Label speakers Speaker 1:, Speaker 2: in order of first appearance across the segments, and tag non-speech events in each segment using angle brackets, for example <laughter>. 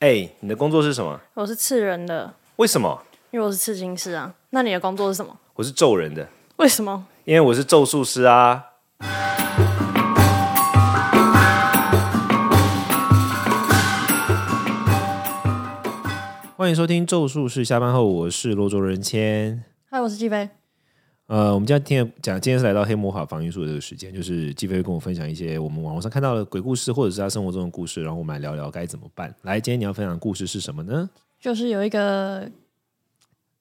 Speaker 1: 哎、你的工作是什么？
Speaker 2: 我是刺人的，
Speaker 1: 为什么？
Speaker 2: 因为我是刺青师啊。那你的工作是什么？
Speaker 1: 我是咒人的，
Speaker 2: 为什么？
Speaker 1: 因为我是咒术师啊。欢迎收听《咒术士》，下班后我是罗卓人谦。
Speaker 2: 嗨，我是季飞。
Speaker 1: 呃，我们今天讲，今天是来到黑魔法防御术的这个时间，就是季飞会跟我分享一些我们网络上看到的鬼故事，或者是他生活中的故事，然后我们来聊聊该怎么办。来，今天你要分享的故事是什么呢？
Speaker 3: 就是有一个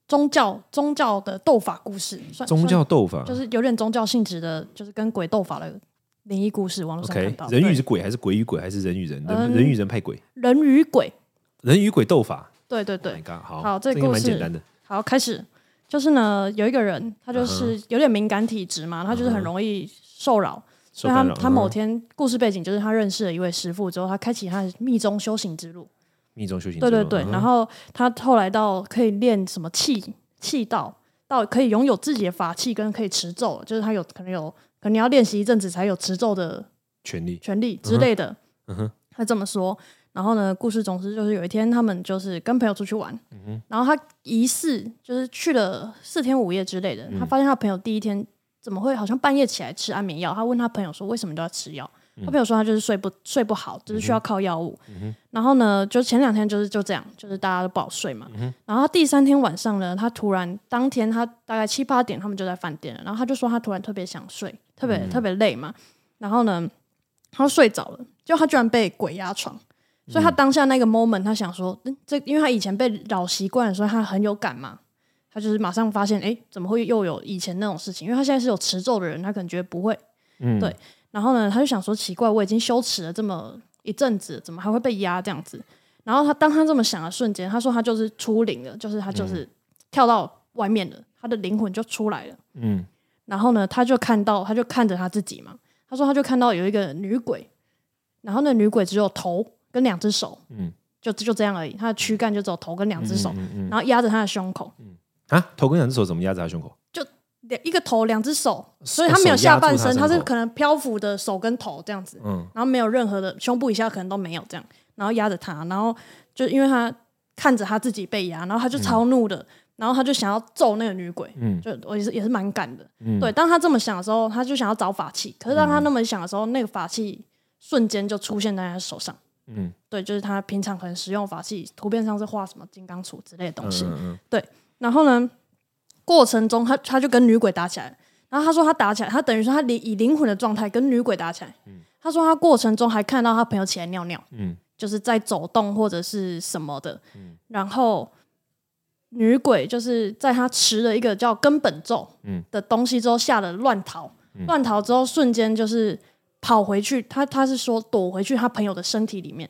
Speaker 3: 宗教宗教的斗法故事，算
Speaker 1: 宗教斗法
Speaker 3: 算呃就是有点宗教性质的，就是跟鬼斗法的灵异故事，网络上看
Speaker 1: ，OK，
Speaker 3: 到
Speaker 1: 人与
Speaker 3: 对
Speaker 1: 鬼还是鬼与鬼，还是人与人？人、
Speaker 3: 嗯
Speaker 1: 人与人派鬼，
Speaker 3: 人与鬼，
Speaker 1: 人与鬼斗法。
Speaker 3: 对对
Speaker 1: Oh
Speaker 3: 对
Speaker 1: my，God, 好，
Speaker 3: 好
Speaker 1: 这
Speaker 3: 这个
Speaker 1: 应该
Speaker 3: 故
Speaker 1: 蛮
Speaker 3: 事
Speaker 1: 简单的。
Speaker 3: 好开始。就是呢，有一个人，他
Speaker 1: Uh-huh
Speaker 3: 就是有点敏感体质嘛，他就是很容易受扰，
Speaker 1: 受
Speaker 3: 所以他
Speaker 1: 干扰
Speaker 3: 他
Speaker 1: 嗯
Speaker 3: 某天故事背景就是他认识了一位师傅之后，他开启他的密宗修行之路，
Speaker 1: 密宗修行之
Speaker 3: 对
Speaker 1: 路，
Speaker 3: 对对，
Speaker 1: 嗯
Speaker 3: 然后他后来到可以练什么气气道，到可以拥有自己的法器，跟可以持咒，就是他有可能有可能你要练习一阵子才有持咒的
Speaker 1: 权力，
Speaker 3: 权利之类的。
Speaker 1: 嗯哼，
Speaker 3: 他这么说。然后呢，故事总之就是有一天他们就是跟朋友出去玩，
Speaker 1: 嗯
Speaker 3: 然后他疑似就是去了四天五夜之类
Speaker 1: 嗯
Speaker 3: 的，他发现他朋友第一天怎么会好像半夜起来吃安眠药？他问他朋友说为什么都要吃药？
Speaker 1: 嗯
Speaker 3: 他朋友说他就是睡不睡不好，就是需要靠药物。然后呢，就前两天就是就这样，就是大家都不好睡
Speaker 1: 嗯
Speaker 3: 嘛。然后他第三天晚上呢，他突然当天他大概七八点他们就在饭店了，然后他就说他突然特别想睡，
Speaker 1: 嗯
Speaker 3: 特别、特别累嘛。然后呢，他就睡着了，就他居然被鬼压床，所以他当下那个 moment，他想说，嗯、这因为他以前被扰习惯了，所以他很有感嘛。他就是马上发现，哎，怎么会又有以前那种事情？因为他现在是有持咒的人，他可能觉得不会。
Speaker 1: 嗯
Speaker 3: 对然后呢，他就想说，奇怪，我已经羞耻了这么一阵子，怎么还会被压这样子？然后他当他这么想的瞬间，他说他就是出灵了，就是他就是跳到外面了，他的灵魂就出来了。
Speaker 1: 嗯，
Speaker 3: 然后呢，他就看到，他就看着他自己嘛。他说，他就看到有一个女鬼，然后那女鬼只有头跟两只手，
Speaker 1: 嗯
Speaker 3: 嗯，就就这样而已。她的躯干就只有头跟两只手，
Speaker 1: 嗯嗯嗯
Speaker 3: 然后压着她的胸口，
Speaker 1: 啊，头跟两只手怎么压在他胸口？
Speaker 3: 两一个头两只手，所以
Speaker 1: 手
Speaker 3: 她没有下半
Speaker 1: 压
Speaker 3: 身，
Speaker 1: 住她
Speaker 3: 她
Speaker 1: 胸口
Speaker 3: 是可能漂浮的手跟头这样子，
Speaker 1: 嗯
Speaker 3: 然后没有任何的胸部以下可能都没有这样，然后压着她，然后就因为她看着她自己被压，然后她就超怒的，然后她就想要揍那个女鬼，
Speaker 1: 嗯
Speaker 3: 就我也是也是蛮敢的，
Speaker 1: 嗯，
Speaker 3: 对，当他这么想的时候，他就想要找法器。可是当他那么想的时候，那个法器瞬间就出现在他手上。
Speaker 1: 嗯，
Speaker 3: 对，就是他平常可能使用的法器，图片上是画什么金刚杵之类的
Speaker 1: 嗯
Speaker 3: 东西。
Speaker 1: 嗯
Speaker 3: 然后呢，过程中他他就跟女鬼打起来了。然后他说他打起来，他等于说他灵以灵魂的状态跟女鬼打起来。他说他过程中还看到他朋友起来尿尿，
Speaker 1: 嗯
Speaker 3: 就是在走动或者是什么的。然后女鬼就是在他持了一个叫根本咒
Speaker 1: 嗯
Speaker 3: 的东西之后，吓得乱逃，乱逃之后瞬间就是跑回去，他他是说躲回去他朋友的身体里面，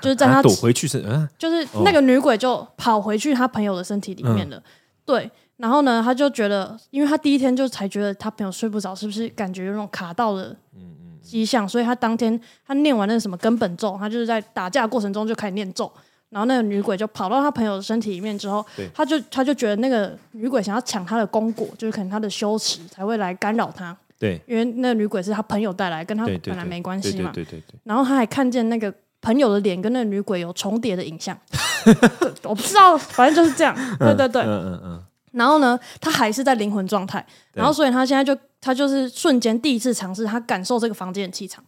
Speaker 3: 就是在
Speaker 1: 嗯他
Speaker 3: 他
Speaker 1: 躲回去是啊，
Speaker 3: 就是那个女鬼就跑回去她朋友的身体里
Speaker 1: 嗯
Speaker 3: 面了。对，然后呢，她就觉得，因为她第一天就才觉得她朋友睡不着，是不是感觉有那种卡到了
Speaker 1: 嗯
Speaker 3: 迹象？所以她当天她念完那什么根本咒，她就是在打架过程中就开始念咒。然后那个女鬼就跑到她朋友的身体里面之后
Speaker 1: 对，
Speaker 3: 她就她就觉得那个女鬼想要抢她的功果，就是可能她的羞耻才会来干扰她，
Speaker 1: 对
Speaker 3: 因为那个女鬼是她朋友带来，跟她
Speaker 1: 对对，
Speaker 3: 本来
Speaker 1: 对
Speaker 3: 没关系
Speaker 1: 对
Speaker 3: 嘛。
Speaker 1: 对对对
Speaker 3: 然后他还看见那个朋友的脸跟那个女鬼有重叠的影像， <laughs> 对我不知道，反正就是这样。对对
Speaker 1: 对，。
Speaker 3: 对
Speaker 1: 嗯嗯嗯，
Speaker 3: 然后呢，他还是在灵魂状态，
Speaker 1: 对
Speaker 3: 然后所以他现在就他就是瞬间第一次尝试，他感受这个房间的气场，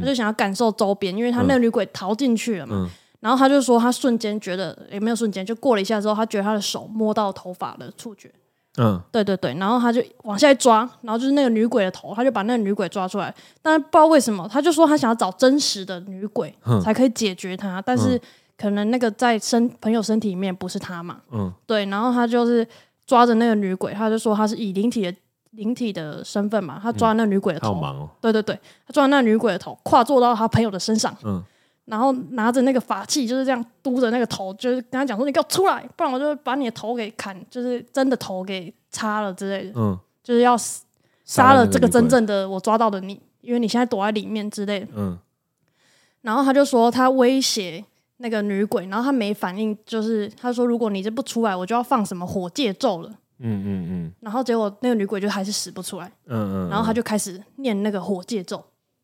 Speaker 3: 他就想要感受周边，因为他那个女鬼逃进去了嘛。
Speaker 1: 嗯
Speaker 3: 然后他就说，他瞬间觉得也没有瞬间，就过了一下之后，他觉得他的手摸到头发的触觉，
Speaker 1: 嗯
Speaker 3: 对对对，然后他就往下一抓，然后就是那个女鬼的头，他就把那个女鬼抓出来。但是不知道为什么，他就说他想要找真实的女鬼、
Speaker 1: 嗯
Speaker 3: 才可以解决他，但是可能那个在身朋友身体里面不是他嘛，
Speaker 1: 嗯
Speaker 3: 对。然后他就是抓着那个女鬼，他就说他是以灵体的灵体的身份嘛，他抓那个女鬼的
Speaker 1: 他
Speaker 3: 头，
Speaker 1: 好忙哦，
Speaker 3: 对对对，他抓那个女鬼的头，跨坐到他朋友的身上，
Speaker 1: 嗯
Speaker 3: 然后拿着那个法器，就是这样嘟着那个头，就是跟他讲说：“你给我出来，不然我就把你的头给砍，就是真的头给插了之类的，
Speaker 1: 嗯，
Speaker 3: 就是要死杀了
Speaker 1: 那
Speaker 3: 这个
Speaker 1: 女鬼
Speaker 3: 真，正的我抓到的你，因为你现在躲在里面之类的。
Speaker 1: 嗯”
Speaker 3: 然后他就说他威胁那个女鬼，然后他没反应，就是他说：“如果你这不出来，我就要放什么火戒咒了。
Speaker 1: 嗯嗯嗯”
Speaker 3: 然后结果那个女鬼就还是死不出来，
Speaker 1: 嗯嗯，
Speaker 3: 然后他就开始念那个火戒咒，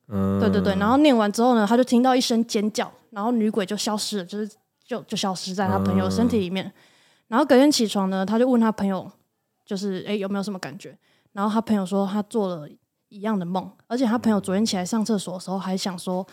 Speaker 1: 嗯，
Speaker 3: 对对对，然后念完之后呢，他就听到一声尖叫，然后女鬼就消失了，就是就就消失在他朋友身体里面。然后隔天起床呢，他就问他朋友，就是诶有没有什么感觉？然后他朋友说他做了一样的梦，而且他朋友昨天起来上厕所的时候还想说，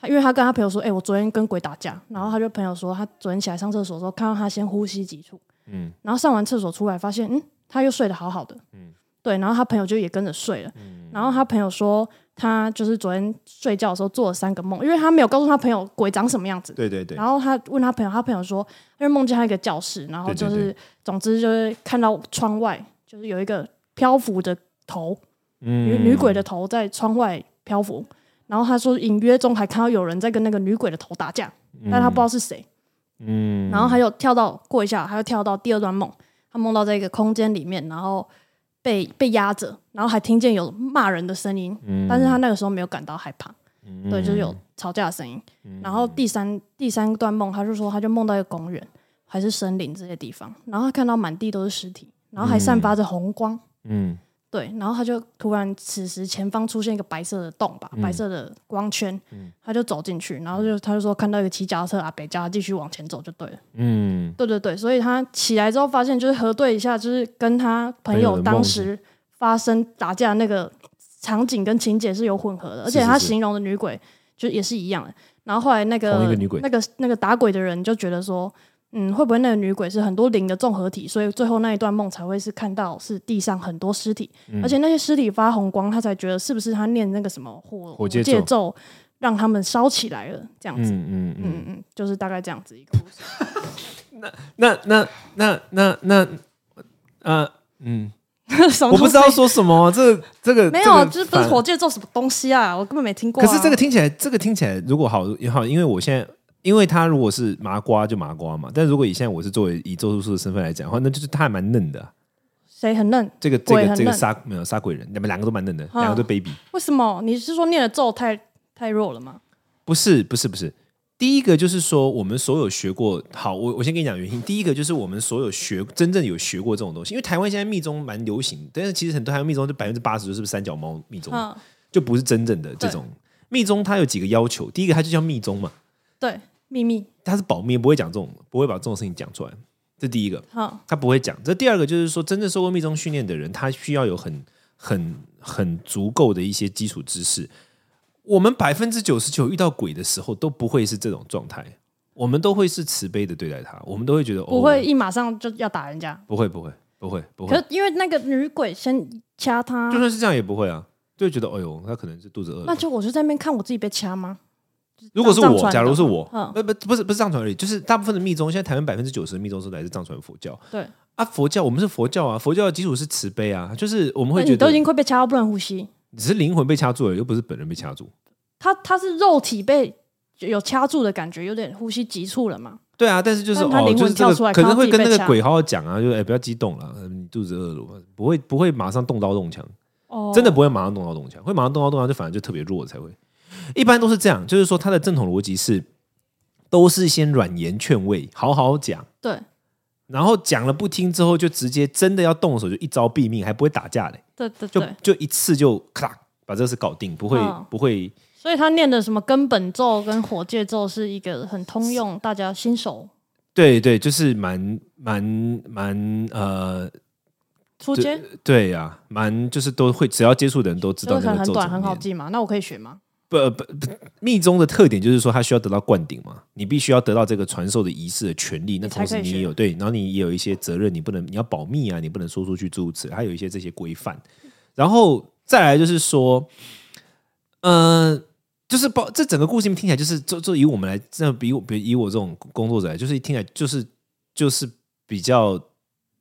Speaker 3: 他因为他跟他朋友说，诶，哎我昨天跟鬼打架，然后他就朋友说他昨天起来上厕所的时候看到他先呼吸急促，
Speaker 1: 嗯，
Speaker 3: 然后上完厕所出来发现，嗯，他又睡得好好的，嗯，对，然后他朋友就也跟着睡了，
Speaker 1: 嗯
Speaker 3: 然后他朋友说他就是昨天睡觉的时候做了三个梦，因为他没有告诉他朋友鬼长什么样子，
Speaker 1: 对对对
Speaker 3: 然，后他问他朋友，他朋友说，因为梦见他一个教室，然后
Speaker 1: 对
Speaker 3: 就
Speaker 1: 对
Speaker 3: 是总之就是看到窗外就是有一个漂浮的头，女
Speaker 1: 嗯
Speaker 3: 女鬼的头在窗外漂浮，然后他说隐约中还看到有人在跟那个女鬼的头打架，但他不知道是谁。
Speaker 1: 嗯，
Speaker 3: 然后还有跳到过一下，还有跳到第二段梦，他梦到在一个空间里面，然后被被压着，然后还听见有骂人的声音，
Speaker 1: 嗯
Speaker 3: 但是他那个时候没有感到害怕，对，就是有吵架的声音。
Speaker 1: 嗯
Speaker 3: 然后第三第三段梦，他就说他就梦到一个公园还是森林这些地方，然后他看到满地都是尸体，然后还散发着红光。
Speaker 1: 嗯
Speaker 3: 对，然后他就突然，此时前方出现一个白色的洞吧，白色的光圈，他就走进去，然后就他就说看到一个骑脚踏车的阿北，叫他继续往前走就对了。
Speaker 1: 嗯
Speaker 3: 对对对，所以他起来之后发现，就是核对一下，就是跟他
Speaker 1: 朋
Speaker 3: 朋
Speaker 1: 友
Speaker 3: 友
Speaker 1: 的
Speaker 3: 当
Speaker 1: 梦
Speaker 3: 时发生打架那个场景跟情节是有混合的，而
Speaker 1: 是
Speaker 3: 且
Speaker 1: 是
Speaker 3: 他
Speaker 1: 是
Speaker 3: 形容的女鬼就也是一样的。然后后来那
Speaker 1: 同
Speaker 3: 个
Speaker 1: 一个女鬼
Speaker 3: 那个那个打鬼的人就觉得说，嗯，会不会那个女鬼是很多灵的综合体，所以最后那一段梦才会是看到是地上很多尸体，
Speaker 1: 嗯
Speaker 3: 而且那些尸体发红光，他才觉得是不是他念那个什么火
Speaker 1: 火戒咒
Speaker 3: 咒让他们烧起来了这样子。嗯
Speaker 1: 嗯嗯嗯。
Speaker 3: 嗯嗯，就是大概这样子一个故事。 <laughs>
Speaker 1: 那那那那那呃嗯，
Speaker 3: 什么
Speaker 1: 我不
Speaker 3: 东
Speaker 1: 知道
Speaker 3: 西
Speaker 1: 说什么，啊这个这个
Speaker 3: 没有，
Speaker 1: 这个
Speaker 3: 这不是
Speaker 1: 反
Speaker 3: 火。箭做什么东西啊？我根本没听过、
Speaker 1: 可是这个，听起来，这个听起来如果好也好，因为我现在。因为他如果是麻瓜就麻瓜嘛，但如果以现在我是作为以咒术师的身份来讲的话，那就是他还蛮嫩的啊、
Speaker 3: 谁很嫩？
Speaker 1: 这个这
Speaker 3: 鬼
Speaker 1: 个
Speaker 3: 很
Speaker 1: 这个
Speaker 3: 嫩
Speaker 1: 杀没有杀鬼人，你们两个都蛮嫩的，
Speaker 3: 嗯
Speaker 1: 两个都 baby。
Speaker 3: 为什么？你是说念的咒太太弱了吗？
Speaker 1: 不是不是不是，第一个就是说我们所有学过，好，我我先跟你讲原因。第一个就是我们所有学真正有学过这种东西，因为台湾现在密宗蛮流行，但是其实很多台湾密宗就百分之八十就是三脚猫密宗，
Speaker 3: 嗯，
Speaker 1: 就不是真正的这种密宗。它有几个要求，第一个它就叫密宗嘛，
Speaker 3: 对，秘密，
Speaker 1: 它是保密，不会讲这种，不会把这种事情讲出来，这第一个。
Speaker 3: 哈，
Speaker 1: 他不会讲。这第二个就是说，真正受过密宗训练的人，他需要有很、很、很足够的一些基础知识。我们百分之九十九遇到鬼的时候，都不会是这种状态，我们都会是慈悲的对待他，我们都会觉得
Speaker 3: 不
Speaker 1: 哦
Speaker 3: 会、一马上就要打人家。
Speaker 1: 不会，不会，不会，不
Speaker 3: 可
Speaker 1: 会，
Speaker 3: 是因为那个女鬼先掐他
Speaker 1: 就，算是这样也不会啊，就会觉得哎呦，他可能是肚子饿
Speaker 3: 那
Speaker 1: 了。
Speaker 3: 就我就在那边看我自己被掐吗？
Speaker 1: 如果是
Speaker 3: 上
Speaker 1: 我，
Speaker 3: 传的
Speaker 1: 假如是我呃
Speaker 3: 嗯，
Speaker 1: 不不不是不是藏传而已，就是大部分的密宗，现在台湾百分之九十的密宗是来自藏传佛教
Speaker 3: 对，
Speaker 1: 啊。佛教我们是佛教啊，佛教的基础是慈悲啊，就是我们
Speaker 3: 那
Speaker 1: 会
Speaker 3: 你
Speaker 1: 觉
Speaker 3: 都已
Speaker 1: 得
Speaker 3: 经快被掐到不能呼吸，
Speaker 1: 只是灵魂被掐住了，又不是本人被掐住。
Speaker 3: 他他是肉体被有掐住的感觉，有点呼吸急促了嘛。
Speaker 1: 对啊，但是就是
Speaker 3: 但他
Speaker 1: 哦，
Speaker 3: 灵
Speaker 1: 就
Speaker 3: 魂
Speaker 1: 是这
Speaker 3: 跳
Speaker 1: 个
Speaker 3: 出来
Speaker 1: 可能会跟那
Speaker 3: 看到自
Speaker 1: 个
Speaker 3: 己被掐
Speaker 1: 鬼好好讲啊，就哎、不要激动了，嗯你肚子饿了吗，不会不会马上动刀动枪，
Speaker 3: 哦，
Speaker 1: 真的不会马上动刀动枪，会马上动刀动枪就反而就特别弱才会。一般都是这样，就是说他的正统逻辑是都是先软言劝慰，好好讲，
Speaker 3: 对
Speaker 1: 然后讲了不听之后就直接真的要动手就一招毙命，还不会打架嘞，
Speaker 3: 对对
Speaker 1: 就
Speaker 3: 对，
Speaker 1: 就一次就咔把这个事搞定，不会、
Speaker 3: 嗯
Speaker 1: 不会
Speaker 3: 所以他念的什么根本咒跟火戒咒是一个很通用，大家新手
Speaker 1: 对对，就是蛮蛮蛮呃
Speaker 3: 初阶。
Speaker 1: 对呀、蛮就是都会，只要接触的人都知
Speaker 3: 所
Speaker 1: 道
Speaker 3: 以可
Speaker 1: 那
Speaker 3: 能
Speaker 1: 个
Speaker 3: 很
Speaker 1: 咒
Speaker 3: 短，
Speaker 1: 怎么
Speaker 3: 很好
Speaker 1: 念
Speaker 3: 记嘛。那我可以学吗？
Speaker 1: 不不不，密宗的特点就是说，它需要得到灌顶嘛，你必须要得到这个传授的仪式的权利。那同时
Speaker 3: 才可
Speaker 1: 你
Speaker 3: 以
Speaker 1: 也
Speaker 3: 学
Speaker 1: 有对，然后你也有一些责任，你不能你要保密啊，你不能说出去诸如此类，它有一些这些规范。然后再来就是说，嗯，就是包这整个故事听起来就是，就就以我们来，这比我比以我这种工作者来，就是一听起来就是就是比较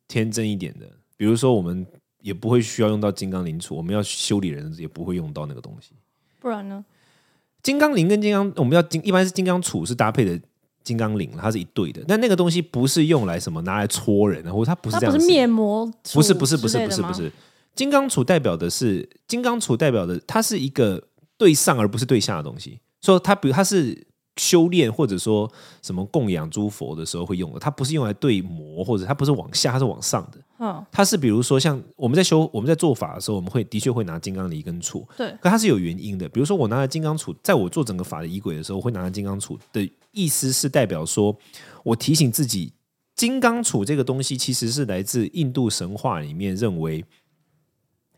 Speaker 1: 天真一点的。比如说，我们也不会需要用到金刚铃杵，我们要修理人也不会用到那个东西。
Speaker 3: 不然呢？
Speaker 1: 金刚铃跟金刚，我们要金一般是金刚杵是搭配的金刚铃，它是一对的。但那个东西不是用来什么拿来戳人，或者它不是
Speaker 3: 它
Speaker 1: 这
Speaker 3: 不
Speaker 1: 样子
Speaker 3: 是面膜
Speaker 1: 不
Speaker 3: 处之
Speaker 1: 是
Speaker 3: 类的吗，
Speaker 1: 不是不是不是不是，金刚杵代表的是金刚杵代表的，它是一个对上而不是对下的东西。说它比它是修炼或者说什么供养诸佛的时候会用的，它不是用来对魔或者它不是往下，它是往上的。
Speaker 3: 嗯，
Speaker 1: 它是比如说像我们在修我们在做法的时候，我们会的确会拿金刚梨跟杵，
Speaker 3: 对
Speaker 1: 可它是有原因的。比如说我拿了金刚杵，在我做整个法的仪轨的时候，我会拿了金刚杵的意思是代表说，我提醒自己，金刚杵这个东西其实是来自印度神话里面认为，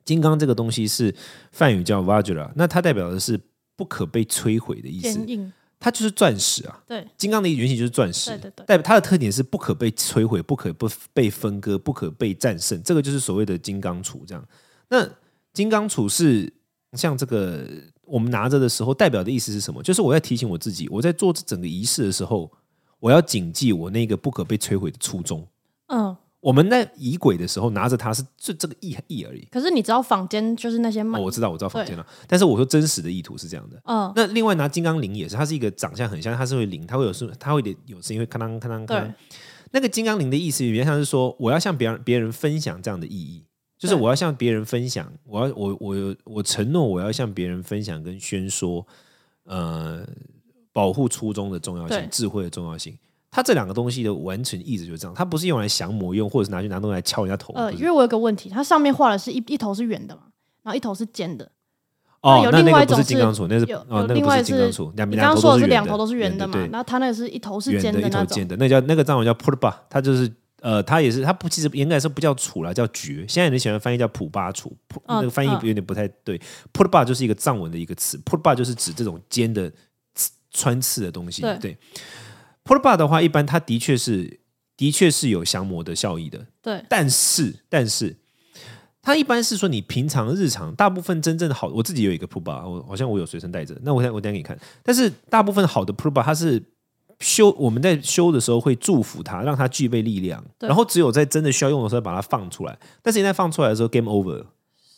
Speaker 1: 金刚这个东西是梵语叫 Vajra，那它代表的是不可被摧毁的意思
Speaker 3: 坚，硬，
Speaker 1: 它就是钻石啊。
Speaker 3: 对
Speaker 1: 金刚的原型就是钻石，
Speaker 3: 对对对
Speaker 1: 代表它的特点是不可被摧毁、不可不被分割、不可被战胜，这个就是所谓的金刚杵。这样，那金刚杵是像这个我们拿着的时候，代表的意思是什么？就是我在提醒我自己，我在做这整个仪式的时候，我要谨记我那个不可被摧毁的初衷。
Speaker 3: 嗯。
Speaker 1: 我们在仪轨的时候拿着它是这这个意意而已。
Speaker 3: 可是你知道坊间就是那些卖
Speaker 1: 哦，，我知道，我知道房间了，但是我说真实的意图是这样的。
Speaker 3: 嗯，
Speaker 1: 那另外拿金刚铃也是，它是一个长相很像，它是会铃，它会有声，它会有声音，会咔当咔当咔当
Speaker 3: 对。
Speaker 1: 那个金刚铃的意思，比较像是说，我要向别人别人分享这样的意义，就是
Speaker 3: 对
Speaker 1: 我要向别人分享，我要我我我承诺我要向别人分享跟宣说，呃，保护初衷的重要
Speaker 3: 对
Speaker 1: 性，智慧的重要性。它这两个东西的完全意思就是这样，它不是用来降魔用，或者是拿去拿东西来敲人家头。
Speaker 3: 呃，
Speaker 1: 不是
Speaker 3: 因为我有个问题，它上面画的是一一头是圆的嘛，然后一头是尖的，
Speaker 1: 哦，
Speaker 3: 呃有
Speaker 1: 那
Speaker 3: 另
Speaker 1: 那
Speaker 3: 外
Speaker 1: 个
Speaker 3: 一
Speaker 1: 不
Speaker 3: 种
Speaker 1: 是金
Speaker 3: 是
Speaker 1: 刚杵，那是
Speaker 3: 有
Speaker 1: 哦
Speaker 3: 有，
Speaker 1: 那个
Speaker 3: 另
Speaker 1: 不
Speaker 3: 外
Speaker 1: 是金刚
Speaker 3: 是
Speaker 1: 杵，两
Speaker 3: 你
Speaker 1: 两
Speaker 3: 刚刚
Speaker 1: 头
Speaker 3: 说
Speaker 1: 都
Speaker 3: 的
Speaker 1: 是圆
Speaker 3: 是两
Speaker 1: 的
Speaker 3: 头都是圆
Speaker 1: 的
Speaker 3: 的嘛，
Speaker 1: 对
Speaker 3: 然后它那个是一头是
Speaker 1: 圆
Speaker 3: 尖
Speaker 1: 的一头
Speaker 3: 那种
Speaker 1: 尖，的，那叫那个藏文叫 purba，它就是呃，它也是它不其实严格来说不叫杵啦，叫蕨。现在你喜欢翻译叫普巴杵，普
Speaker 3: 嗯
Speaker 1: 那个翻译
Speaker 3: 嗯
Speaker 1: 有点不太对。purba 就是一个藏文的一个词，purba 就是指这种尖的刺穿刺的东西。
Speaker 3: 对
Speaker 1: 对，purba 的话，一般它的确是的确是有降魔的效益的，
Speaker 3: 对，
Speaker 1: 但是，但是，它一般是说你平常日常大部分真正的好，我自己有一个 Pro Bar，我好像我有随身带着。那我等我等一下给你看。但是大部分好的 Pro Bar，它是修我们在修的时候会祝福它，让它具备力量，
Speaker 3: 对
Speaker 1: 然后只有在真的需要用的时候把它放出来。但是你在放出来的时候，Game Over，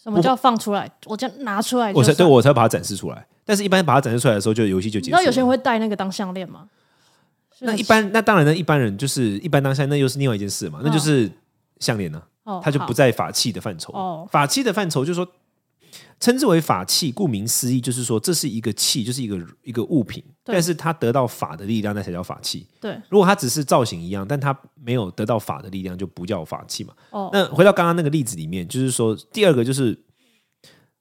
Speaker 3: 什么叫放出来？我这样拿出来就
Speaker 1: 我才
Speaker 3: 算，
Speaker 1: 对我才把它展示出来。但是一般把它展示出来的时候，就游戏就
Speaker 3: 你
Speaker 1: 结
Speaker 3: 知
Speaker 1: 束了。
Speaker 3: 道有些人会戴那个当项链吗？是
Speaker 1: 那
Speaker 3: 很
Speaker 1: 一般那当然呢，一般人就是一般当下那又是另外一件事嘛，那就是
Speaker 3: 嗯
Speaker 1: 项链呢、啊
Speaker 3: 哦，
Speaker 1: 它就
Speaker 3: 好
Speaker 1: 不在法器的范畴。
Speaker 3: 哦
Speaker 1: 法器的范畴就是说，称之为法器，顾名思义就是说这是一个器，就是一个一个物品，
Speaker 3: 对
Speaker 1: 但是它得到法的力量，那才叫法器。
Speaker 3: 对
Speaker 1: 如果它只是造型一样，但它没有得到法的力量，就不叫法器嘛。
Speaker 3: 哦，
Speaker 1: 那回到刚刚那个例子里面，就是说，第二个就是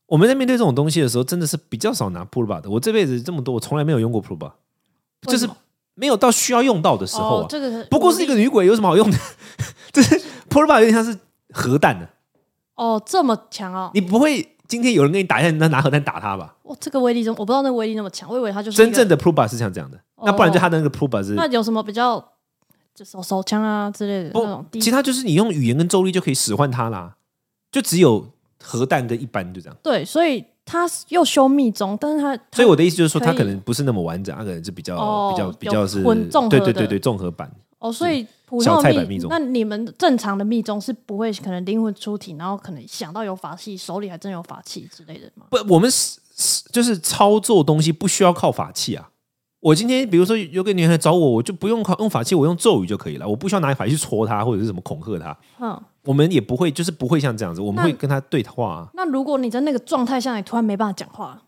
Speaker 1: 我们在面对这种东西的时候，真的是比较少拿 p r u b a 的。我这辈子这么多，我从来没有用过 p r u b a
Speaker 3: 为
Speaker 1: 就
Speaker 3: 什
Speaker 1: 是
Speaker 3: 么
Speaker 1: 没有到需要用到的时候啊。
Speaker 3: 哦，这个
Speaker 1: 不过是一个女鬼，有什么好用的？ <laughs> 就是 p r u b a 有点像是核弹的、
Speaker 3: 哦这么强哦，
Speaker 1: 你不会今天有人跟你打一下，那拿核弹打他吧？
Speaker 3: 哇，这个威力真我不知道那个威力那么强，我以为它就是一
Speaker 1: 真
Speaker 3: 个
Speaker 1: 正的 Pruba 是像这样的，
Speaker 3: 哦
Speaker 1: 那不然就他的那个 Pruba 是
Speaker 3: 那有什么比较就手手枪啊之类的那种
Speaker 1: 不，
Speaker 3: 低
Speaker 1: 其他就是你用语言跟咒力就可以使唤他啦，就只有核弹跟一般就这样。
Speaker 3: 对，所以他又修密宗，但是他他
Speaker 1: 所以我的意思就是说，
Speaker 3: 可以
Speaker 1: 他可能不是那么完整，他可能是比较
Speaker 3: 哦
Speaker 1: 比较
Speaker 3: 有
Speaker 1: 比较是
Speaker 3: 混综合的
Speaker 1: 对对对对综合版。
Speaker 3: 哦，所以普
Speaker 1: 嗯小
Speaker 3: 通
Speaker 1: 菜
Speaker 3: 的
Speaker 1: 版密
Speaker 3: 密
Speaker 1: 宗
Speaker 3: 那你们正常的密宗是不会可能灵魂出体，然后可能想到有法器，手里还真有法器之类的吗？
Speaker 1: 不，我们是是就是操作东西不需要靠法器啊。我今天比如说有个女孩找我，我就不用靠用法器，我用咒语就可以了，我不需要拿法器去戳她或者是什么恐吓她。
Speaker 3: 嗯，
Speaker 1: 我们也不会就是不会像这样子，我们
Speaker 3: 那
Speaker 1: 会跟她对话、啊。
Speaker 3: 那如果你在那个状态下，你突然没办法讲话，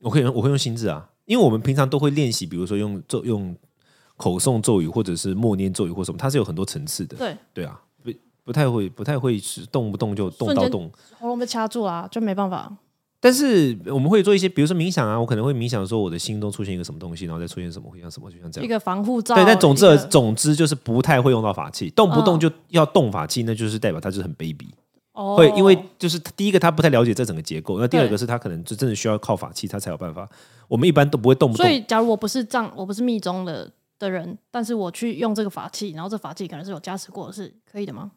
Speaker 1: 我可以用我会用心智啊，因为我们平常都会练习，比如说用咒用口诵咒语，或者是默念咒语或什么，它是有很多层次的。
Speaker 3: 对，
Speaker 1: 对啊，不不太会不太会是动不动就动
Speaker 3: 瞬
Speaker 1: 到
Speaker 3: 间
Speaker 1: 动，
Speaker 3: 喉咙被掐住啦、就没办法。
Speaker 1: 但是我们会做一些，比如说冥想啊，我可能会冥想说我的心中出现一个什么东西，然后再出现什么，会像什么，就像这
Speaker 3: 一
Speaker 1: 样。
Speaker 3: 个防护罩，
Speaker 1: 对，但总
Speaker 3: 一
Speaker 1: 之
Speaker 3: 个
Speaker 1: 总之就是不太会用到法器，动不动
Speaker 3: 嗯
Speaker 1: 就要动法器，那就是代表他就是很卑鄙。
Speaker 3: 哦，
Speaker 1: 会因为就是他第一个他不太了解这整个结构，那第二
Speaker 3: 对
Speaker 1: 个是他可能就真的需要靠法器他才有办法。我们一般都不会动不
Speaker 3: 所
Speaker 1: 动。
Speaker 3: 以假如我不是藏，我不是密宗的的人，但是我去用这个法器，然后这法器可能是有加持过的，是可以的吗？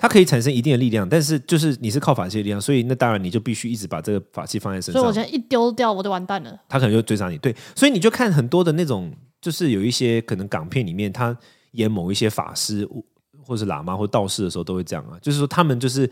Speaker 1: 它可以产生一定的力量，但是就是你是靠法器的力量，所以那当然你就必须一直把这个法器放在身
Speaker 3: 所以我
Speaker 1: 上
Speaker 3: 现，在一丢掉，我就完蛋了。
Speaker 1: 他可能就追杀你。对，所以你就看很多的那种，就是有一些可能港片里面他演某一些法师或或是喇嘛或道士的时候都会这样啊，就是说他们就是。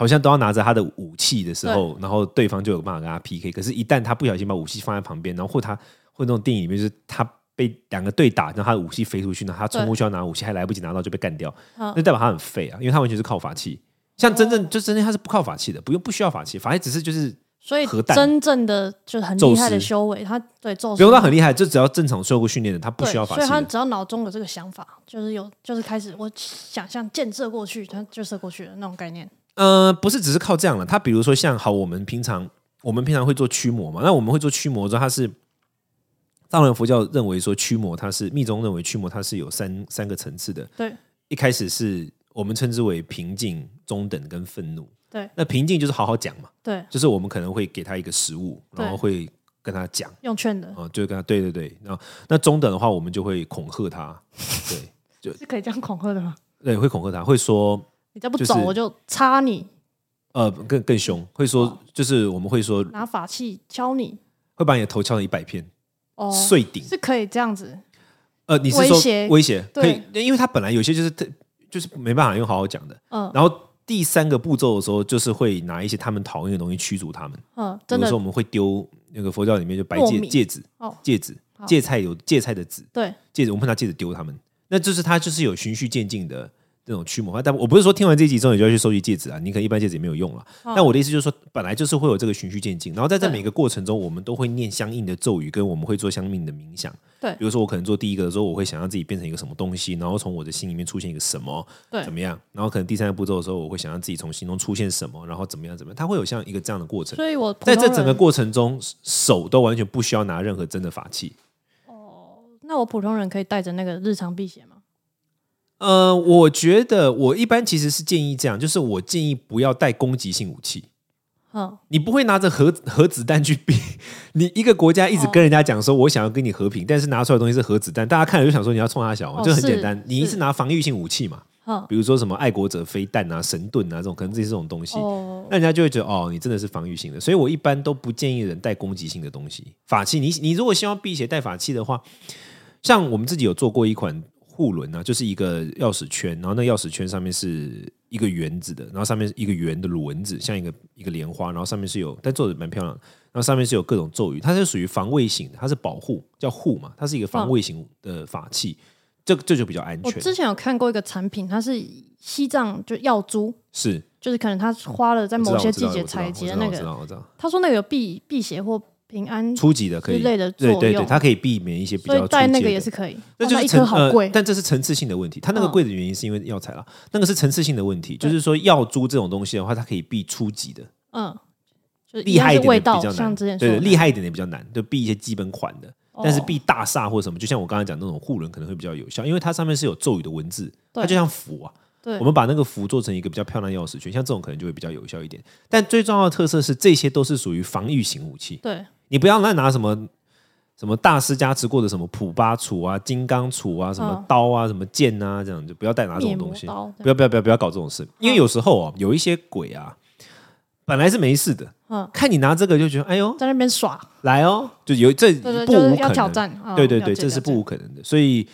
Speaker 1: 好像都要拿着他的武器的时候，然后对方就有办法跟他 PK。可是，一旦他不小心把武器放在旁边，然后或他或那种电影里面，就是他被两个对打，然后他的武器飞出去，然后他冲过去要拿武器，还来不及拿到就被干掉，
Speaker 3: 嗯
Speaker 1: 那代表他很废啊，因为他完全是靠法器。像真正、就真正他是不靠法器的，不用不需要法器，法器只是就是
Speaker 3: 所以
Speaker 1: 核弹
Speaker 3: 真正的就是很厉害
Speaker 1: 宙
Speaker 3: 的
Speaker 1: 斯
Speaker 3: 修为，他对咒
Speaker 1: 不用到很厉害，就只要正常受过训练的，他不需要法
Speaker 3: 对
Speaker 1: 器
Speaker 3: 所以他
Speaker 1: 的。
Speaker 3: 只要脑中有这个想法，就是有就是开始我想象建设过去，他就射过去的那种概念。
Speaker 1: 呃，不是只是靠这样了。他比如说像好，我们平常我们平常会做驱魔嘛，那我们会做驱魔之后，它是藏传佛教认为说驱魔，它是密宗认为驱魔它是有三三个层次的，
Speaker 3: 对
Speaker 1: 一开始是我们称之为平静、中等跟愤怒。
Speaker 3: 对
Speaker 1: 那平静就是好好讲嘛，
Speaker 3: 对，
Speaker 1: 就是我们可能会给他一个食物，
Speaker 3: 对
Speaker 1: 然后会跟他讲
Speaker 3: 用劝的
Speaker 1: 啊、就跟他对对对。那那中等的话，我们就会恐吓他，对 <laughs>
Speaker 3: 是可以这样恐吓的吗？
Speaker 1: 对，会恐吓他，会说
Speaker 3: 你再不
Speaker 1: 就是
Speaker 3: 走，我就插你，
Speaker 1: 呃更更凶，会
Speaker 3: 哦
Speaker 1: 说就是我们会说
Speaker 3: 拿法器敲你。
Speaker 1: 会把你的头敲成一百片
Speaker 3: 哦，
Speaker 1: 碎顶。
Speaker 3: 是可以这样子，
Speaker 1: 呃，你是
Speaker 3: 威
Speaker 1: 说
Speaker 3: 胁
Speaker 1: 威胁可以
Speaker 3: 对？
Speaker 1: 因为他本来有些就是特就是没办法用好好讲的，
Speaker 3: 嗯
Speaker 1: 然后。第三个步骤的时候，就是会拿一些他们讨厌的东西驱逐他们。
Speaker 3: 嗯，
Speaker 1: 比
Speaker 3: 真
Speaker 1: 如
Speaker 3: 的
Speaker 1: 说我们会丢那个佛教里面就白
Speaker 3: 糯
Speaker 1: 戒
Speaker 3: 米
Speaker 1: 戒指
Speaker 3: 哦，
Speaker 1: 戒指
Speaker 3: 好
Speaker 1: 芥菜有芥菜的籽
Speaker 3: 对，
Speaker 1: 戒指，我们会拿戒指丢他们。那就是他就是有循序渐进的这种驱魔。但我不是说听完这一集之后你就要去收集戒指啊，你可能一般戒指也没有用了。
Speaker 3: 哦
Speaker 1: 但我的意思就是说，本来就是会有这个循序渐进，然后在这
Speaker 3: 对
Speaker 1: 每个过程中，我们都会念相应的咒语，跟我们会做相应的冥想。
Speaker 3: 对
Speaker 1: 比如说我可能做第一个的时候，我会想让自己变成一个什么东西，然后从我的心里面出现一个什么，
Speaker 3: 对
Speaker 1: 怎么样？然后可能第三个步骤的时候，我会想让自己从心中出现什么，然后怎么样怎么样，它会有像一个这样的过程。
Speaker 3: 所以我普
Speaker 1: 在
Speaker 3: 通
Speaker 1: 这整个
Speaker 3: 人
Speaker 1: 过程中，手都完全不需要拿任何真的法器。
Speaker 3: 那我普通人可以带着那个日常辟邪吗？
Speaker 1: 呃，我觉得我一般其实是建议这样，就是我建议不要带攻击性武器。
Speaker 3: 嗯，
Speaker 1: 你不会拿着核核子弹去比，你一个国家一
Speaker 3: 哦
Speaker 1: 直跟人家讲说，我想要跟你和平，但是拿出来的东西是核子弹，大家看了就想说你要冲他小嘛，
Speaker 3: 哦
Speaker 1: 就很简
Speaker 3: 是
Speaker 1: 单。你
Speaker 3: 是
Speaker 1: 是拿防御性武器嘛，
Speaker 3: 嗯
Speaker 1: <laughs> 比如说什么爱国者飞弹啊、神盾啊这种，可能这些这种东西，
Speaker 3: 哦
Speaker 1: 那，人家就会觉得哦，你真的是防御性的，所以我一般都不建议人带攻击性的东西。法器，你你如果希望辟邪带法器的话，像我们自己有做过一款护轮啊，就是一个钥匙圈，然后那钥匙圈上面是一个圆子的，然后上面是一个圆的轮子，像一个一个莲花，然后上面是有，但做的蛮漂亮的，然后上面是有各种咒语，它是属于防卫型的，它是保护叫护嘛，它是一个防卫型的法器，这这就比较安
Speaker 3: 嗯我
Speaker 1: 全，
Speaker 3: 之前有看过一个产品，它是西藏就药珠，
Speaker 1: 是
Speaker 3: 就是可能他花了在
Speaker 1: 我知道
Speaker 3: 某些
Speaker 1: 我知
Speaker 3: 季
Speaker 1: 道
Speaker 3: 节
Speaker 1: 我知道
Speaker 3: 采集的
Speaker 1: 我知道
Speaker 3: 那
Speaker 1: 我知
Speaker 3: 个，
Speaker 1: 道我知道，
Speaker 3: 他说那个有避避邪或平安
Speaker 1: 初级的可
Speaker 3: 之
Speaker 1: 以
Speaker 3: 类的作
Speaker 1: 对
Speaker 3: 用，
Speaker 1: 对对，它可以避免一些比
Speaker 3: 所
Speaker 1: 较
Speaker 3: 以带
Speaker 1: 出
Speaker 3: 那
Speaker 1: 界
Speaker 3: 个
Speaker 1: 的
Speaker 3: 也是可以，
Speaker 1: 那就
Speaker 3: 哇
Speaker 1: 是
Speaker 3: 一
Speaker 1: 层
Speaker 3: 颗好贵
Speaker 1: 呃，，但这是层次性的问题。它那个
Speaker 3: 嗯
Speaker 1: 贵的原因是因为药材啦，那个是层次性的问题。就是说药珠这种东西的话，它可以避初级的，
Speaker 3: 嗯，就是
Speaker 1: 厉
Speaker 3: 一样
Speaker 1: 害
Speaker 3: 是
Speaker 1: 一点的
Speaker 3: 味
Speaker 1: 比
Speaker 3: 道，
Speaker 1: 较
Speaker 3: 像
Speaker 1: 难。
Speaker 3: 之
Speaker 1: 对
Speaker 3: 前说
Speaker 1: 对，
Speaker 3: 的
Speaker 1: 厉害一点的比较难，就避一些基本款的。但是
Speaker 3: 哦
Speaker 1: 避大煞或什么，就像我刚才讲那种护轮可能会比较有效，因为它上面是有咒语的文字，它
Speaker 3: 对
Speaker 1: 就像符啊。
Speaker 3: 对
Speaker 1: 我们把那个符做成一个比较漂亮的钥匙圈，像这种可能就会比较有效一点。但最重要的特色是，这些都是属于防御型武器。
Speaker 3: 对
Speaker 1: 你不要乱拿什么什么大师加持过的什么普巴杵啊、金刚杵啊、什么
Speaker 3: 嗯
Speaker 1: 刀啊、什么剑啊，这样就不要再拿这种
Speaker 3: 面
Speaker 1: 东
Speaker 3: 膜
Speaker 1: 西。
Speaker 3: 刀
Speaker 1: 不要不要不要不要搞这种事，因为有时候哦，有一些鬼啊，本来是没事的，
Speaker 3: 嗯
Speaker 1: 看你拿这个就觉得哎呦
Speaker 3: 在那边耍，
Speaker 1: 来哦，就有这
Speaker 3: 对对，
Speaker 1: 不
Speaker 3: 就是
Speaker 1: 无
Speaker 3: 要
Speaker 1: 可
Speaker 3: 挑
Speaker 1: 能，
Speaker 3: 战，嗯
Speaker 1: 对对
Speaker 3: 了
Speaker 1: 对，
Speaker 3: 解
Speaker 1: 这是
Speaker 3: 了解
Speaker 1: 不无可能的，所以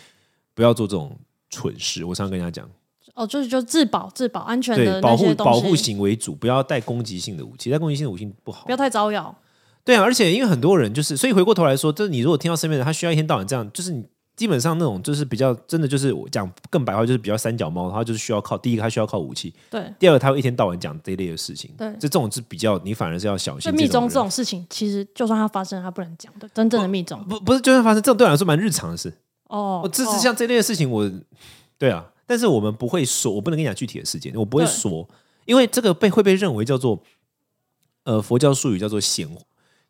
Speaker 1: 不要做这种蠢事。我常跟人家讲，
Speaker 3: 哦，就是就自保自保安全
Speaker 1: 对
Speaker 3: 的
Speaker 1: 保
Speaker 3: 那
Speaker 1: 护
Speaker 3: 些
Speaker 1: 保
Speaker 3: 东
Speaker 1: 护
Speaker 3: 西，
Speaker 1: 型为主，不要带攻击性的武器，带攻击性的武器不好
Speaker 3: 不。要太招摇，
Speaker 1: 对啊，而且因为很多人就是，所以回过头来说，就是你如果听到身边的人，他需要一天到晚这样，就是你基本上那种就是比较真的就是我讲更白话，就是比较三脚猫，他就是需要靠第一个他需要靠武器，
Speaker 3: 对。
Speaker 1: 第二个他会一天到晚讲这一类的事情，
Speaker 3: 对
Speaker 1: 这这种是比较你反而是要小
Speaker 3: 所
Speaker 1: 心
Speaker 3: 以密宗
Speaker 1: 这
Speaker 3: 这
Speaker 1: 种哦
Speaker 3: 种事情，其实就算它发生，它不能讲的。真正的密宗
Speaker 1: 人不不是就算发生这种对我来说蛮日常的事，
Speaker 3: 哦，
Speaker 1: 我这
Speaker 3: 哦
Speaker 1: 是像这类的事情，我 <laughs> 对啊，但是我们不会说，我不能跟你讲具体的事件，我不会
Speaker 3: 对
Speaker 1: 说，因为这个被会被认为叫做呃佛教术语叫做显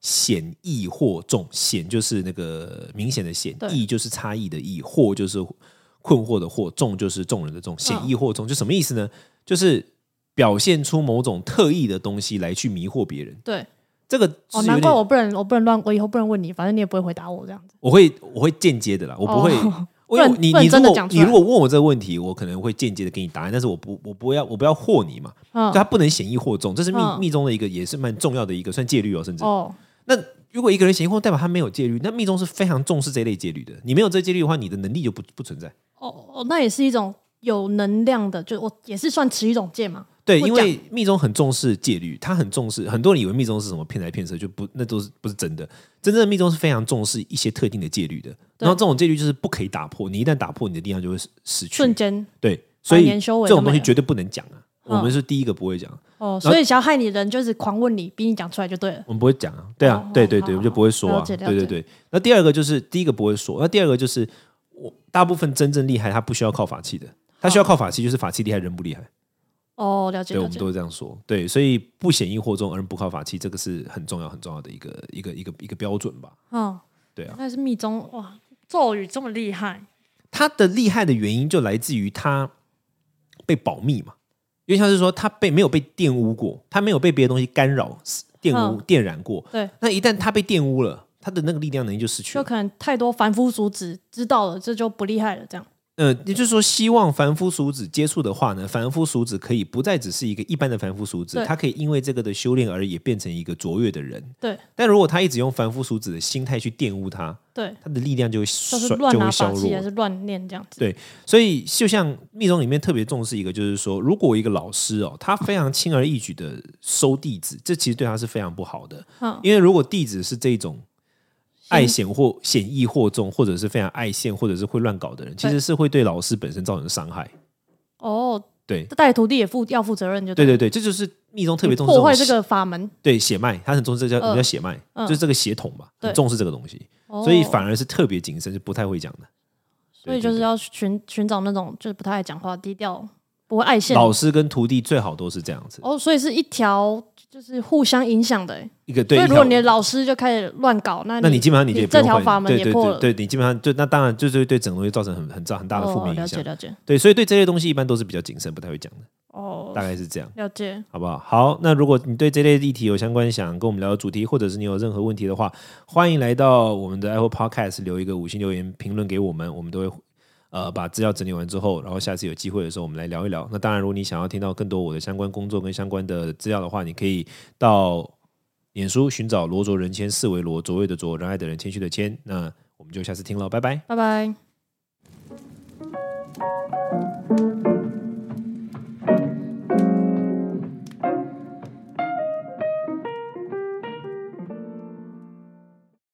Speaker 1: 显异惑众，显就是那个明显的显，
Speaker 3: 对
Speaker 1: 异就是差异的异，惑就是困惑的惑，众就是众人的众，显
Speaker 3: 嗯
Speaker 1: 异惑众就什么意思呢？就是表现出某种特异的东西来去迷惑别人，
Speaker 3: 对
Speaker 1: 这个是
Speaker 3: 哦，
Speaker 1: 有
Speaker 3: 难怪
Speaker 1: 点
Speaker 3: 我不能我不能乱，我以后不能问你，反正你也不会回答我这样子。
Speaker 1: 我会我会间接的啦，我不会。
Speaker 3: 哦
Speaker 1: <laughs> 因为
Speaker 3: 不然
Speaker 1: 你
Speaker 3: 不然
Speaker 1: 你如
Speaker 3: 真的
Speaker 1: 果
Speaker 3: 讲出
Speaker 1: 你
Speaker 3: 来
Speaker 1: 如果问我这个问题，我可能会间接的给你答案，但是我不我不要我不要惑你嘛，
Speaker 3: 嗯
Speaker 1: 就它不能显易惑众，这是密、
Speaker 3: 嗯
Speaker 1: 密宗的一个也是蛮重要的一个算戒律哦，甚至、
Speaker 3: 哦，
Speaker 1: 那如果一个人显易惑，代表他没有戒律，那密宗是非常重视这一类戒律的，你没有这戒律的话，你的能力就不不存在。
Speaker 3: 哦哦，那也是一种有能量的，就我也是算持一种戒嘛。
Speaker 1: 对，
Speaker 3: 我
Speaker 1: 因
Speaker 3: 讲
Speaker 1: 为密宗很重视戒律，他很重视，很多人以为密宗是什么骗财骗色，就不那都是不是真的。真正的密宗是非常重视一些特定的戒律的，然后这种戒律就是不可以打破，你一旦打破，你的力量就会失失去。
Speaker 3: 瞬间
Speaker 1: 对，所以
Speaker 3: 年修为
Speaker 1: 这种
Speaker 3: 都
Speaker 1: 东
Speaker 3: 没
Speaker 1: 西
Speaker 3: 了
Speaker 1: 绝对不能讲啊。我
Speaker 3: 嗯
Speaker 1: 们是第一个不会讲，啊
Speaker 3: 哦，所以想要害你的人就是狂问你，逼你讲出来就对了。
Speaker 1: 我们不会讲啊。对啊
Speaker 3: 哦，
Speaker 1: 对对对，
Speaker 3: 好
Speaker 1: 我们就不会说啊。
Speaker 3: 了解
Speaker 1: 对
Speaker 3: 了
Speaker 1: 对
Speaker 3: 解
Speaker 1: 对。那第二个就是第一个不会说，那第二个就是我大部分真正厉害，他不需要靠法器的，他需要靠法器，就是法器厉害人不厉害。
Speaker 3: 哦，了解
Speaker 1: 对，我
Speaker 3: 了
Speaker 1: 们
Speaker 3: 解
Speaker 1: 都。会这样说。对，所以不显易惑众而不靠法器，这个是很重要很重要的一个一个一个一个标准吧。
Speaker 3: 嗯，
Speaker 1: 对啊，
Speaker 3: 那是密宗哇，
Speaker 4: 咒语这么厉害，
Speaker 1: 他的厉害的原因就来自于他被保密嘛，因为像是说他被没有被玷污过，他没有被别的东西干扰、玷污、
Speaker 3: 嗯
Speaker 1: 玷染过。
Speaker 3: 对，
Speaker 1: 那一旦他被玷污了，他的那个力量能力就失去
Speaker 3: 就
Speaker 1: 了。
Speaker 3: 可能太多凡夫俗子知道了，这就不厉害了，这样
Speaker 1: 呃，也就是说，希望凡夫俗子接触的话呢，凡夫俗子可以不再只是一个一般的凡夫俗子，
Speaker 3: 对
Speaker 1: 他可以因为这个的修炼而也变成一个卓越的人。
Speaker 3: 对
Speaker 1: 但如果他一直用凡夫俗子的心态去玷污他，
Speaker 3: 对，
Speaker 1: 他的力量就会衰
Speaker 3: 就是乱
Speaker 1: 就
Speaker 3: 拿
Speaker 1: 会
Speaker 3: 把
Speaker 1: 削弱
Speaker 3: 戏还。是乱念这样子，
Speaker 1: 对所以，就像密宗里面特别重视一个，就是说，如果一个老师哦，他非常轻而易举的收弟子，这其实对他是非常不好的。
Speaker 3: 嗯
Speaker 1: 因为如果弟子是这种爱显或显易惑众，或者是非常爱现，或者是会乱搞的人，其实是会对老师本身造成伤害。
Speaker 3: 哦，
Speaker 1: 对，
Speaker 3: 带徒弟也负要负责任就
Speaker 1: 对
Speaker 3: 对
Speaker 1: 对对，这就是密宗特别重视
Speaker 3: 破坏
Speaker 1: 种
Speaker 3: 这个法门，
Speaker 1: 对血脉，他很重视这叫我们叫血脉，
Speaker 3: 嗯
Speaker 1: 就是这个血统嘛，
Speaker 3: 对
Speaker 1: 很重视这个东西，
Speaker 3: 哦
Speaker 1: 所以反而是特别谨慎，是不太会讲的。
Speaker 3: 所以
Speaker 1: 对对
Speaker 3: 就是
Speaker 1: 对
Speaker 3: 要寻寻找那种就是不太爱讲话、低调、不会爱现
Speaker 1: 老师跟徒弟最好都是这样子，
Speaker 3: 哦，所以是一条就是互相影响的欸。
Speaker 1: 一个对，
Speaker 3: 所以
Speaker 1: 一
Speaker 3: 如果
Speaker 1: 条
Speaker 3: 你的老师就开始乱搞，那
Speaker 1: 那你基本上你就也不
Speaker 3: 这
Speaker 1: 用
Speaker 3: 条
Speaker 1: 换
Speaker 3: 法门
Speaker 1: 对
Speaker 3: 也
Speaker 1: 对
Speaker 3: 破了，
Speaker 1: 对对你基本上就那当然就是对整个东西造成很很大很大的负
Speaker 3: 哦，
Speaker 1: 面影
Speaker 3: 了
Speaker 1: 响
Speaker 3: 解。了解
Speaker 1: 对，所以对这些东西一般都是比较谨慎，不太会讲的，
Speaker 3: 哦
Speaker 1: 大，概是这样。
Speaker 3: 了解。
Speaker 1: 好不好？好，那如果你对这类议题有相关想跟我们聊的主题，或者是你有任何问题的话，欢迎来到我们的 Apple Podcast 留一个五星留言评论给我们，我们都会呃把资料整理完之后，然后下次有机会的时候我们来聊一聊。那当然，如果你想要听到更多我的相关工作跟相关的资料的话，你可以到脸书寻找罗卓人谦，四维罗卓越的卓，仁爱的人，谦虚的谦。那我们就下次听了，拜拜。
Speaker 3: 拜拜。